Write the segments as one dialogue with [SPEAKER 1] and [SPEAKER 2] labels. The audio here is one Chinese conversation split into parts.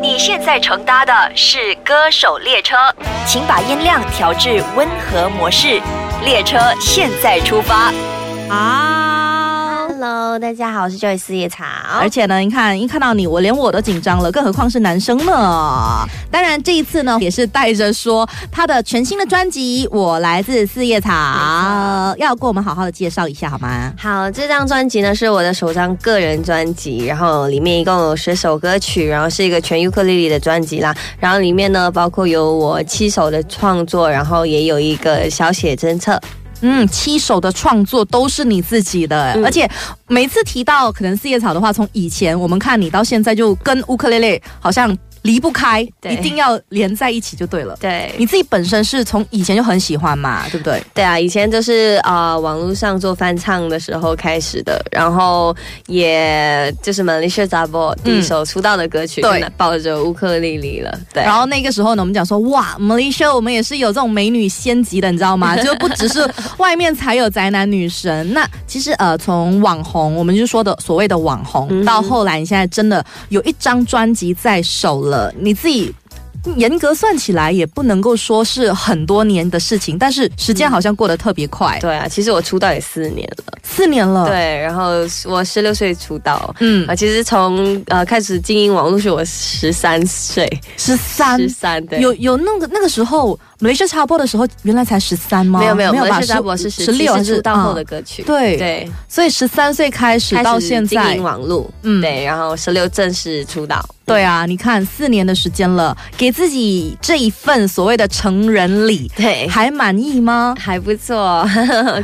[SPEAKER 1] 你现在乘搭的是歌手列车，请把音量调至温和模式。列车现在出发。
[SPEAKER 2] 啊！
[SPEAKER 3] Hello，大家好，我是 Joyce 叶草。
[SPEAKER 2] 而且呢，你看一看到你，我连我都紧张了，更何况是男生呢？当然，这一次呢，也是带着说他的全新的专辑《我来自四叶草》，要给我们好好的介绍一下好吗？
[SPEAKER 3] 好，这张专辑呢是我的首张个人专辑，然后里面一共有十首歌曲，然后是一个全尤克里里的专辑啦。然后里面呢包括有我七首的创作，然后也有一个小写真册。
[SPEAKER 2] 嗯，七首的创作都是你自己的，
[SPEAKER 3] 嗯
[SPEAKER 2] 而且每次提到可能四叶草的话，从以前我们看你到现在，就跟乌克丽丽好像离不开，
[SPEAKER 3] 对
[SPEAKER 2] 一定要连在一起就对了。
[SPEAKER 3] 对
[SPEAKER 2] 你自己本身是从以前就很喜欢嘛，对不对？
[SPEAKER 3] 对啊，以前就是啊、呃网络上做翻唱的时候开始的，然后也就是 Malaysia z a b o 第一首出道的歌曲，
[SPEAKER 2] 对
[SPEAKER 3] 就抱着乌克丽丽了。对，
[SPEAKER 2] 然后那个时候呢，我们讲说哇，Malaysia 我们也是有这种美女仙级的，你知 道吗？就不只是外面才有宅男女神。那其实呃，从网红，我们就说的所谓的网红，
[SPEAKER 3] 嗯哼
[SPEAKER 2] 到后来你现在真的有一张专辑在手了，你自己。严格算起来，也不能够说是很多年的事情，但是时间好像过得特别快，
[SPEAKER 3] 对啊，其实我出道也四年了。
[SPEAKER 2] 四年了。，
[SPEAKER 3] 对，然后我十六岁出道。
[SPEAKER 2] 嗯
[SPEAKER 3] 啊、，其实从呃开始经营网络是我十三岁，
[SPEAKER 2] 十三
[SPEAKER 3] 十三对，
[SPEAKER 2] 有有那个那个时候，马来西亚插播的时候，原来才十三吗？
[SPEAKER 3] 没有没有，
[SPEAKER 2] 没有吧？
[SPEAKER 3] 是大博是十
[SPEAKER 2] 六还是
[SPEAKER 3] 出道后
[SPEAKER 2] 嗯
[SPEAKER 3] 的歌曲，
[SPEAKER 2] 对
[SPEAKER 3] 对，
[SPEAKER 2] 所以十三岁开始到现
[SPEAKER 3] 开始经
[SPEAKER 2] 在
[SPEAKER 3] 营，网络，
[SPEAKER 2] 嗯
[SPEAKER 3] 对，然后十六正式出道，
[SPEAKER 2] 对啊，你看四年的时间了，给自己这一份所谓的成人礼，
[SPEAKER 3] 对，
[SPEAKER 2] 还满意吗？
[SPEAKER 3] 还不 错，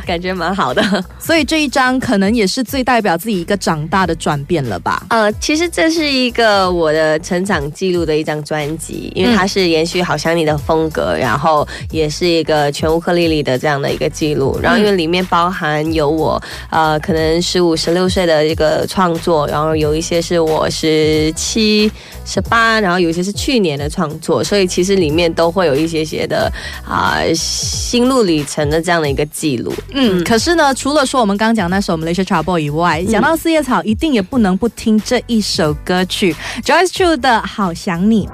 [SPEAKER 3] 感觉蛮好的。
[SPEAKER 2] 所以这一张可能也是最代表自己一个长大的转变了吧？
[SPEAKER 3] 呃，其实这是一个我的成长记录的一张专辑，因为它是延续好想你的风格，然后也是一个全乌克丽丽的这样的一个记录。然后因为里面包含有我呃，可能十五、十六岁的一个创作，然后有一些是我十七、十八，然后有一些是去年的创作，所以其实里面都会有一些些的啊、心路旅程的这样的一个记录。
[SPEAKER 2] 嗯，可是呢，除了说我们刚刚讲那首《Malaysia Trouble》以
[SPEAKER 3] 嗯
[SPEAKER 2] 外，讲到四叶草，一定也不能不听这一首歌曲 Joyce Chu 的《好想你》。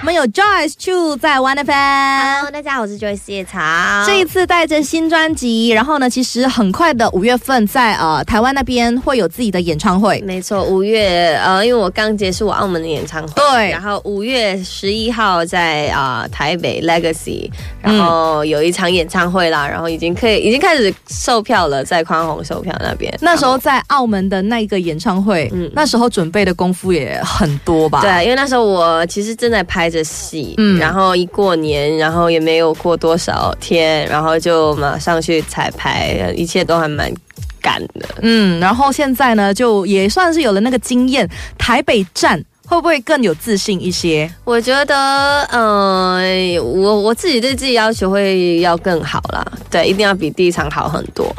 [SPEAKER 2] 我们有 Joyce Chu 在 One FM。
[SPEAKER 3] Hello，大家好，我是 Joyce 叶草。
[SPEAKER 2] 这一次带着新专辑，然后呢，其实很快的五月份在呃台湾那边会有自己的演唱会。
[SPEAKER 3] 没错，五月呃，因为我刚结束我澳门的演唱会，
[SPEAKER 2] 对
[SPEAKER 3] 然后五月十一号在啊、呃台北 Legacy，然
[SPEAKER 2] 嗯
[SPEAKER 3] 后有一场演唱会啦，然后已经可以已经开始售票了，在宽宏售票那边。
[SPEAKER 2] 那时
[SPEAKER 3] 然
[SPEAKER 2] 候
[SPEAKER 3] 后
[SPEAKER 2] 在澳门的那一个演唱会，
[SPEAKER 3] 嗯
[SPEAKER 2] 那时候准备的功夫也很多吧？
[SPEAKER 3] 对，因为那时候我其实正在拍着戏，
[SPEAKER 2] 嗯
[SPEAKER 3] 然后一过年，然后也没有过多少天，然后就马上去彩排，一切都还蛮赶的。
[SPEAKER 2] 嗯，然后现在呢，就也算是有了那个经验，台北站会不会更有自信一些？
[SPEAKER 3] 我觉得，嗯、我我自己对自己要求会要更好啦，对，一定要比第一场好很多。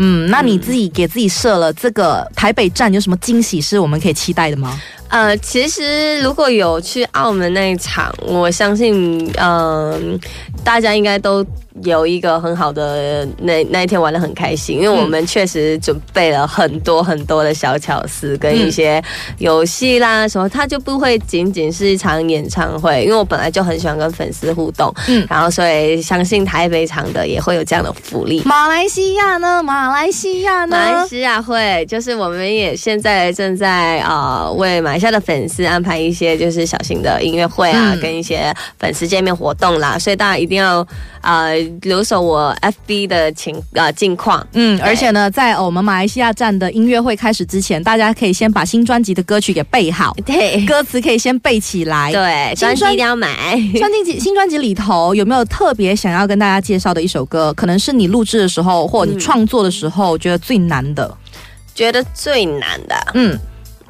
[SPEAKER 2] 嗯，那你自己给自己设了这个台北站有什么惊喜是我们可以期待的吗？
[SPEAKER 3] 呃，其实如果有去澳门那一场，我相信，嗯、大家应该都有一个很好的那那一天玩的很开心，因为我们确实准备了很多很多的小巧思跟一些游戏啦什么，它就不会仅仅是一场演唱会，因为我本来就很喜欢跟粉丝互动，
[SPEAKER 2] 嗯
[SPEAKER 3] 嗯，然后所以相信台北场的也会有这样的福利。
[SPEAKER 2] 马来西亚呢？马来西亚呢？
[SPEAKER 3] 马来西亚会，就是我们也现在正在呃为马来西亚的粉丝安排一些就是小型的音乐会啊，
[SPEAKER 2] 嗯
[SPEAKER 3] 跟一些粉丝见面活动啦，所以大家一定要呃留守我 FB 的情呃近况。
[SPEAKER 2] 嗯，
[SPEAKER 3] 对
[SPEAKER 2] 而且呢，在呃我们马来西亚站的音乐会开始之前，大家可以先把新专辑的歌曲给背好，
[SPEAKER 3] 对
[SPEAKER 2] 歌词可以先背起来。
[SPEAKER 3] 对，
[SPEAKER 2] 新
[SPEAKER 3] 专辑
[SPEAKER 2] 专
[SPEAKER 3] 一定要买。
[SPEAKER 2] 专辑新专辑里头有没有特别想要跟大家介绍的一首歌？可能是你录制的时候，或你
[SPEAKER 3] 嗯
[SPEAKER 2] 创作的时候觉得最难的。
[SPEAKER 3] 觉得最难的，
[SPEAKER 2] 嗯，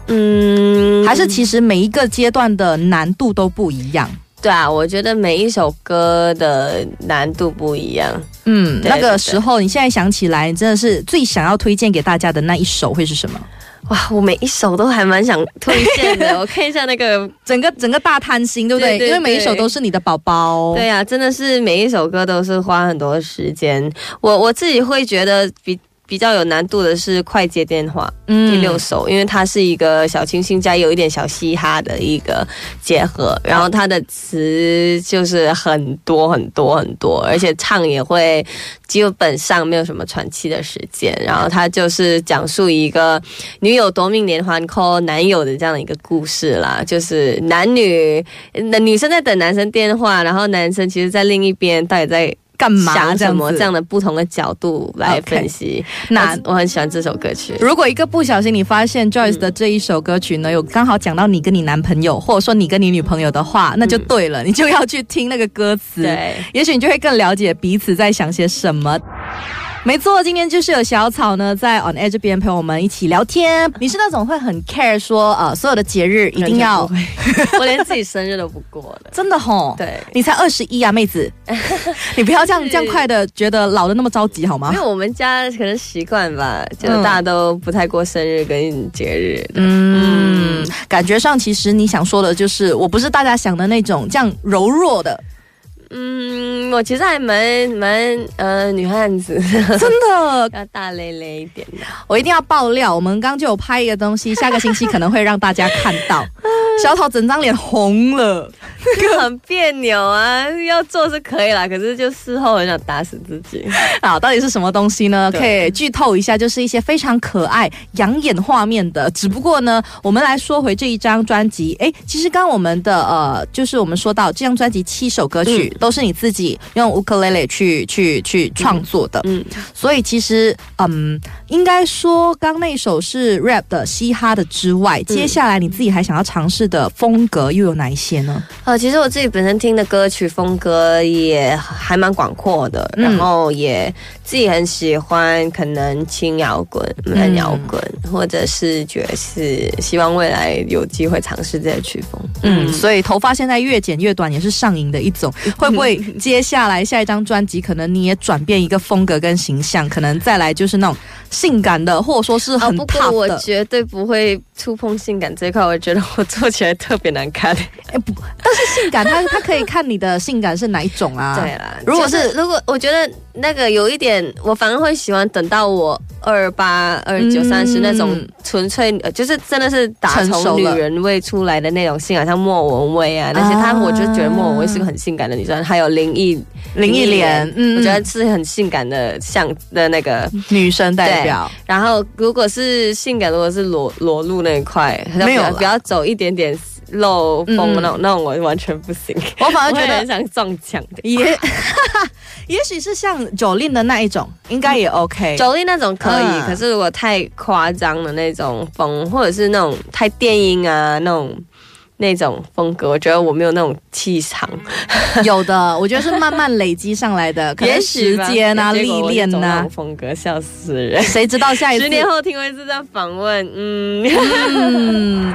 [SPEAKER 3] 嗯，
[SPEAKER 2] 还是其实每一个阶段的难度都不一样。
[SPEAKER 3] 对啊，我觉得每一首歌的难度不一样。
[SPEAKER 2] 嗯，
[SPEAKER 3] 对
[SPEAKER 2] 那个
[SPEAKER 3] 对对
[SPEAKER 2] 时候你现在想起来，你真的是最想要推荐给大家的那一首会是什么？
[SPEAKER 3] 哇，我每一首都还蛮想推荐 的。我看一下那个
[SPEAKER 2] 整个整个大贪心，对不
[SPEAKER 3] 对
[SPEAKER 2] 对？
[SPEAKER 3] 对
[SPEAKER 2] 因为每一首
[SPEAKER 3] 对
[SPEAKER 2] 都是你的宝宝。
[SPEAKER 3] 对啊呀、真的是每一首歌都是花很多时间。我我自己会觉得比比较有难度的是《快接电话》
[SPEAKER 2] 嗯
[SPEAKER 3] 第六首，因为它是一个小清新加有一点小嘻哈的一个结合，然后它的词就是很多很多很多，而且唱也会基本上没有什么喘气的时间，然后它就是讲述一个女友夺命连环 call 男友的这样的一个故事啦，就是男女那女生在等男生电话，然后男生其实在另一边到底在。
[SPEAKER 2] 干嘛
[SPEAKER 3] 想
[SPEAKER 2] 这
[SPEAKER 3] 什
[SPEAKER 2] 样
[SPEAKER 3] 么
[SPEAKER 2] 子？
[SPEAKER 3] 这样的不同的角度来
[SPEAKER 2] OK
[SPEAKER 3] 分析。
[SPEAKER 2] 那
[SPEAKER 3] 我我很喜欢这首歌曲。
[SPEAKER 2] 如果一个不小心你发现
[SPEAKER 3] 嗯
[SPEAKER 2] Joyce 的这一首歌曲呢，有刚好讲到你跟你男朋友，或者说你跟你女朋友的话，那就对了，你就要去听那个歌词。
[SPEAKER 3] 对，
[SPEAKER 2] 也许你就会更了解彼此在想些什么。没错，今天就是有小草呢在 On Air 这边陪我们一起聊天。你是那种会很 care 说呃所有的节日一定要。
[SPEAKER 3] 完 我连自己生日都不过了
[SPEAKER 2] 真的吼？
[SPEAKER 3] 对
[SPEAKER 2] 你才二十一啊，妹子，你不要这样
[SPEAKER 3] 是
[SPEAKER 2] 这样快的觉得老的那么着急好吗
[SPEAKER 3] 因为？我们家可能习惯吧，就
[SPEAKER 2] 嗯
[SPEAKER 3] 大家都不太过生日跟节日。
[SPEAKER 2] 嗯，感觉上其实你想说的就是，我不是大家想的那种这样柔弱的，
[SPEAKER 3] 嗯，我其实还蛮蛮呃女汉子，
[SPEAKER 2] 真的，
[SPEAKER 3] 要大咧咧一点的。
[SPEAKER 2] 我一定要爆料。我们刚就有拍一个东西，下个星期可能会让大家看到。小草整张脸红了，
[SPEAKER 3] 就 很别扭啊，要做是可以啦，可是就事后很想打死自己。
[SPEAKER 2] 啊，到底是什么东西呢？
[SPEAKER 3] 对
[SPEAKER 2] 可以剧透一下，就是一些非常可爱、养眼画面的。只不过呢，我们来说回这一张专辑，诶，其实刚刚我们的呃，就是我们说到这张专辑七首歌曲、都是你自己用乌克丽丽去去去创作的，
[SPEAKER 3] 嗯嗯，
[SPEAKER 2] 所以其实嗯，应该说刚那首是 rap 的嘻哈的之外，
[SPEAKER 3] 嗯
[SPEAKER 2] 接下来你自己还想要尝试的风格又有哪一些呢？
[SPEAKER 3] 呃，其实我自己本身听的歌曲风格也还蛮广阔的，
[SPEAKER 2] 嗯
[SPEAKER 3] 然后也自己很喜欢，可能轻摇滚、
[SPEAKER 2] 嗯
[SPEAKER 3] 慢摇滚，或者是爵士，希望未来有机会尝试这些曲风。
[SPEAKER 2] 嗯，所以头发现在越剪越短也是上瘾的一 种。会不会接下来下一张专辑，可能你也转变一个风格跟形象，可能再来就是那种性感的，或者说是
[SPEAKER 3] 哦，
[SPEAKER 2] 很
[SPEAKER 3] 不过
[SPEAKER 2] tough
[SPEAKER 3] 我
[SPEAKER 2] 的？
[SPEAKER 3] 绝对不会触碰性感这一块，我觉得我做起来特别难看。
[SPEAKER 2] 哎不， 但是性感，它它可以看你的性感是哪一种啊？
[SPEAKER 3] 对啦，
[SPEAKER 2] 如果是
[SPEAKER 3] 就如果我觉得那个有一点，我反而会喜欢等到我二八、二九、三十那种
[SPEAKER 2] 嗯
[SPEAKER 3] 纯粹，呃就是真的是打
[SPEAKER 2] 成熟
[SPEAKER 3] 从女
[SPEAKER 2] 了
[SPEAKER 3] 人味出来的那种性感，像莫文蔚啊那些，
[SPEAKER 2] 啊
[SPEAKER 3] 她、我就觉得莫文蔚是个很性感的女生，还有林忆
[SPEAKER 2] 林忆莲，嗯，
[SPEAKER 3] 我觉得是很性感的像的那个。
[SPEAKER 2] 女生代表
[SPEAKER 3] 然后如果是性感，如果是裸裸露那一块，好像
[SPEAKER 2] 没有
[SPEAKER 3] 比较
[SPEAKER 2] 啦
[SPEAKER 3] 比较走一点点露
[SPEAKER 2] 嗯
[SPEAKER 3] 风那种，那种我完全不行，
[SPEAKER 2] 我反而
[SPEAKER 3] 我
[SPEAKER 2] 觉
[SPEAKER 3] 觉得
[SPEAKER 2] 得
[SPEAKER 3] 很想撞墙的。
[SPEAKER 2] 也， 也许是像 Jolin 的那一种，应该也 OK。
[SPEAKER 3] 走力那种可以，
[SPEAKER 2] 嗯
[SPEAKER 3] 可是如果太夸张的那种风，或者是那种太电音啊那种那种风格，我觉得我没有那种气场。
[SPEAKER 2] 有的，我觉得是慢慢累积上来 的，可能
[SPEAKER 3] 也许
[SPEAKER 2] 时
[SPEAKER 3] 吧
[SPEAKER 2] 间啊、
[SPEAKER 3] 结果
[SPEAKER 2] 历
[SPEAKER 3] 我就
[SPEAKER 2] 练
[SPEAKER 3] 走那
[SPEAKER 2] 呐
[SPEAKER 3] 种，风格，笑死人。
[SPEAKER 2] 谁知道下一次
[SPEAKER 3] 十年后听过一次这样访问， 嗯。
[SPEAKER 2] 嗯，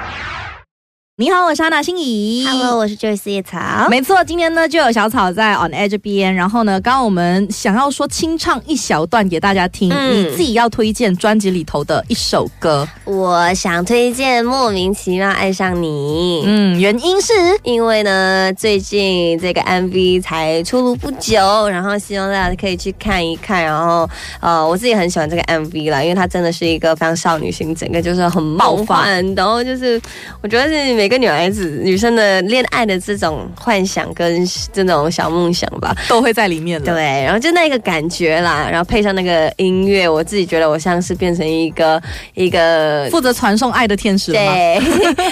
[SPEAKER 2] 你好，我是安娜心怡。
[SPEAKER 3] 哦
[SPEAKER 4] Hello，我是 Joyce 叶草。
[SPEAKER 2] 没错，今天呢就有小草在 On Air 这边，然后呢，刚刚我们想要说清唱一小段给大家听，
[SPEAKER 3] 嗯
[SPEAKER 2] 你自己要推荐专辑里头的一首歌，
[SPEAKER 3] 我想推荐《莫名其妙爱上你》。
[SPEAKER 2] 嗯，原因是
[SPEAKER 3] 因为呢，最近这个 MV 才出炉不久，然后希望大家可以去看一看。然后，呃，我自己很喜欢这个 MV 啦，因为它真的是一个非常少女心，整个就是很
[SPEAKER 2] 爆
[SPEAKER 3] 爆
[SPEAKER 2] 发
[SPEAKER 3] 幻。然后就是，我觉得是每个女孩子、女生的恋爱的这种幻想跟这种小梦想吧。
[SPEAKER 2] 都会在里面了。
[SPEAKER 3] 对，然后就那个感觉啦，然后配上那个音乐，我自己觉得我像是变成一个一个
[SPEAKER 2] 负责传送爱的天使了吗？
[SPEAKER 3] 对，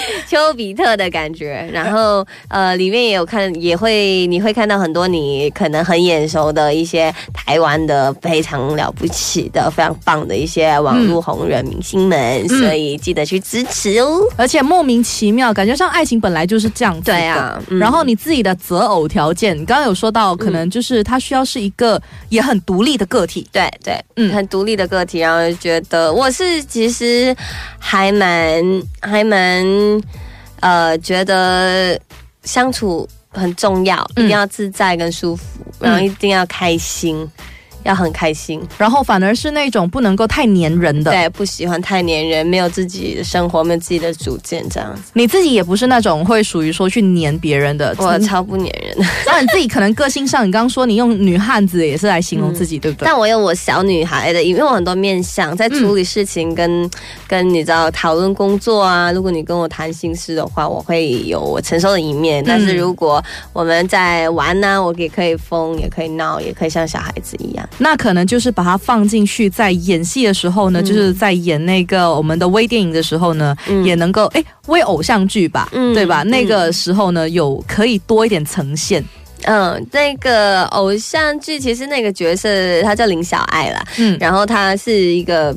[SPEAKER 3] 丘比特的感觉。然后呃，里面也有看，也会你会看到很多你可能很眼熟的一些台湾的非常了不起的、非常棒的一些网络红人明星们，所以记得去支持哦。
[SPEAKER 2] 而且莫名其妙，感觉上爱情本来就是这样子的。
[SPEAKER 3] 对啊嗯
[SPEAKER 2] 然后你自己的择偶条件，你刚刚有说到，可能就是他需要是一个也很独立的个体。
[SPEAKER 3] 对对，
[SPEAKER 2] 嗯
[SPEAKER 3] 很独立的个体，然后就觉得我是其实还蛮还蛮呃，觉得相处很重要，一定
[SPEAKER 2] 嗯
[SPEAKER 3] 要自在跟舒服，然后一定要开心。要很开心。
[SPEAKER 2] 然后反而是那种不能够太粘人的。
[SPEAKER 3] 对，不喜欢太粘人，没有自己的生活，没有自己的主见，这样子，
[SPEAKER 2] 你自己也不是那种会属于说去粘别人的。
[SPEAKER 3] 我
[SPEAKER 2] 嗯
[SPEAKER 3] 超不粘人的。
[SPEAKER 2] 然后你自己可能个性上，你刚刚说你用女汉子也是来形容自己，对不对？
[SPEAKER 3] 但我有我小女孩的，因为我很多面相，在处理事情跟、跟你知道讨论工作啊。如果你跟我谈心事的话，我会有我成熟的一
[SPEAKER 2] 嗯
[SPEAKER 3] 面。但是如果我们在玩呢、我也可以疯，也可以闹，也可以像小孩子一样。
[SPEAKER 2] 那可能就是把它放进去，在演戏的时候
[SPEAKER 3] 嗯
[SPEAKER 2] 呢，就是在演那个我们的微电影的时候呢，也能够哎微偶像剧吧，
[SPEAKER 3] 嗯
[SPEAKER 2] 对吧？
[SPEAKER 3] 嗯
[SPEAKER 2] 那个时候呢，有可以多一点呈现，
[SPEAKER 3] 嗯，那个偶像剧其实那个角色她叫林小爱啦，
[SPEAKER 2] 嗯，
[SPEAKER 3] 然后她是一个。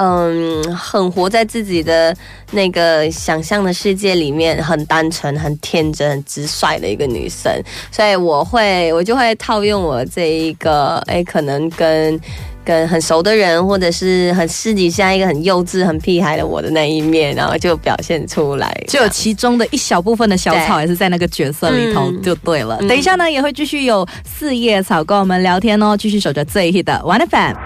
[SPEAKER 3] 嗯，很活在自己的那个想象的世界里面，很单纯、很天真、很直率的一个女生，所以我会，我就会套用我这一个，哎，可能跟跟很熟的人，或者是很私底下一个很幼稚、很屁孩的我的那一面，然后就表现出来。
[SPEAKER 2] 就有其中的一小部分的小草也是在那个角色里头
[SPEAKER 3] 嗯
[SPEAKER 2] 就对了。
[SPEAKER 3] 嗯
[SPEAKER 2] 等一下呢，也会继续有四叶草跟我们聊天哦，继续守着最 hit 的 One FM。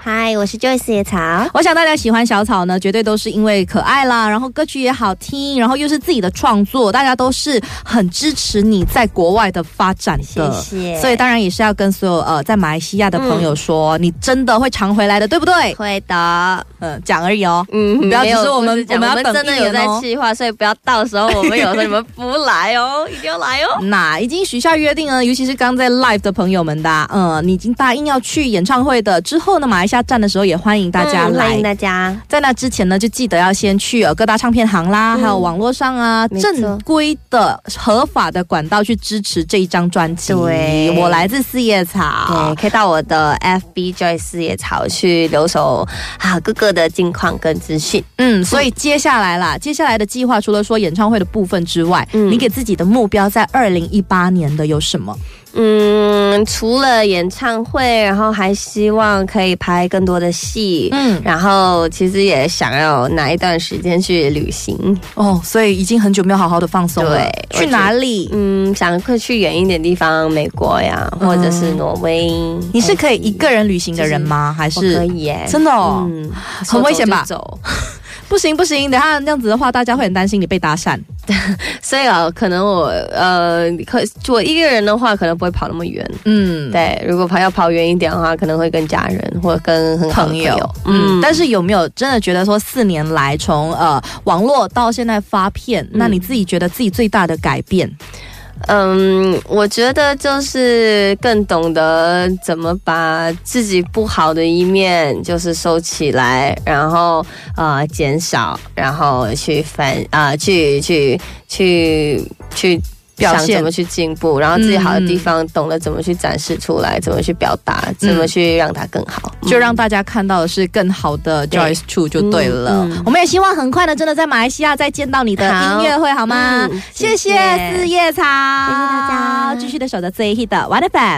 [SPEAKER 3] 嗨，我是 Joyce 野草。
[SPEAKER 2] 我想大家喜欢小草呢，绝对都是因为可爱啦，然后歌曲也好听，然后又是自己的创作，大家都是很支持你在国外的发展的。
[SPEAKER 3] 谢谢
[SPEAKER 2] 所以当然也是要跟所有呃在马来西亚的朋友说，你真的会常回来的，对不对？
[SPEAKER 3] 会的，
[SPEAKER 2] 嗯、讲而已哦。
[SPEAKER 3] 嗯，
[SPEAKER 2] 不要
[SPEAKER 3] 没
[SPEAKER 2] 只
[SPEAKER 3] 有
[SPEAKER 2] 是我们
[SPEAKER 3] 不讲
[SPEAKER 2] 我们要等
[SPEAKER 3] 真的
[SPEAKER 2] 一
[SPEAKER 3] 有
[SPEAKER 2] 年
[SPEAKER 3] 在
[SPEAKER 2] 哦
[SPEAKER 3] 计划，所以不要到时候我们有时候你们不来哦，一定要来哦。
[SPEAKER 2] 那已经许下约定了，尤其是刚在 live 的朋友们的啊，嗯，你已经答应要去演唱会的。之后呢，马来西亚站的时候也欢迎大家
[SPEAKER 3] 嗯
[SPEAKER 2] 来。
[SPEAKER 3] 欢迎大家，
[SPEAKER 2] 在那之前呢，就记得要先去呃各大唱片行啦，
[SPEAKER 3] 嗯
[SPEAKER 2] 还有网络上啊
[SPEAKER 3] 没错
[SPEAKER 2] 正规的合法的管道去支持这一张专辑。
[SPEAKER 3] 对
[SPEAKER 2] 我来自四叶
[SPEAKER 3] 对，
[SPEAKER 2] 草。
[SPEAKER 3] 可以到我的 FB Joyce 野草去留守啊哥哥的近况跟资讯。
[SPEAKER 2] 嗯，所以接下来啦，接下来的计划除了说演唱会的部分之外，
[SPEAKER 3] 嗯
[SPEAKER 2] 你给自己的目标在二零一八年的有什么？
[SPEAKER 3] 嗯，除了演唱会，然后还希望可以拍更多的戏。
[SPEAKER 2] 嗯，
[SPEAKER 3] 然后其实也想要拿一段时间去旅行，
[SPEAKER 2] 哦，所以已经很久没有好好的放松了。
[SPEAKER 3] 对
[SPEAKER 2] 去哪里？
[SPEAKER 3] 嗯，想会去远一点地方，美国呀，或者是挪威。
[SPEAKER 2] 嗯你是可以一个人旅行的人吗？还
[SPEAKER 3] 我可
[SPEAKER 2] 是
[SPEAKER 3] 以耶，
[SPEAKER 2] 真的哦？
[SPEAKER 3] 嗯，
[SPEAKER 2] 很危险吧
[SPEAKER 3] 说走就走，
[SPEAKER 2] 不行不行，等下那样子的话，大家会很担心你被搭讪。
[SPEAKER 3] 所以啊，可能我呃，可我一个人的话，可能不会跑那么远。
[SPEAKER 2] 嗯，
[SPEAKER 3] 对，如果跑要跑远一点的话，可能会跟家人或者跟很好的
[SPEAKER 2] 朋
[SPEAKER 3] 朋
[SPEAKER 2] 友
[SPEAKER 3] 友。，
[SPEAKER 2] 嗯，
[SPEAKER 3] 嗯，但
[SPEAKER 2] 但是有没有真的觉得说四年来从呃网络到现在发片，那你自己觉得自己最大的改变？
[SPEAKER 3] 嗯，我觉得就是更懂得怎么把自己不好的一面就是收起来，然后呃减少，然后去反啊、去去去去。
[SPEAKER 2] 表现嗯
[SPEAKER 3] 想怎么去进步，然后自己好的地方懂得怎么去展示出来，怎么去表达，怎
[SPEAKER 2] 嗯
[SPEAKER 3] 么去让它更好。
[SPEAKER 2] 就让大家看到的是更好的
[SPEAKER 3] 对
[SPEAKER 2] Joyce Chu 就对了。
[SPEAKER 3] 嗯嗯
[SPEAKER 2] 我们也希望很快的，真的在马来西亚再见到你的
[SPEAKER 3] 好
[SPEAKER 2] 音乐会，好吗？
[SPEAKER 3] 嗯谢
[SPEAKER 2] 谢谢
[SPEAKER 3] 谢
[SPEAKER 2] 四叶草，谢谢
[SPEAKER 3] 大家
[SPEAKER 2] 继续的守着最 hit 的 One FM。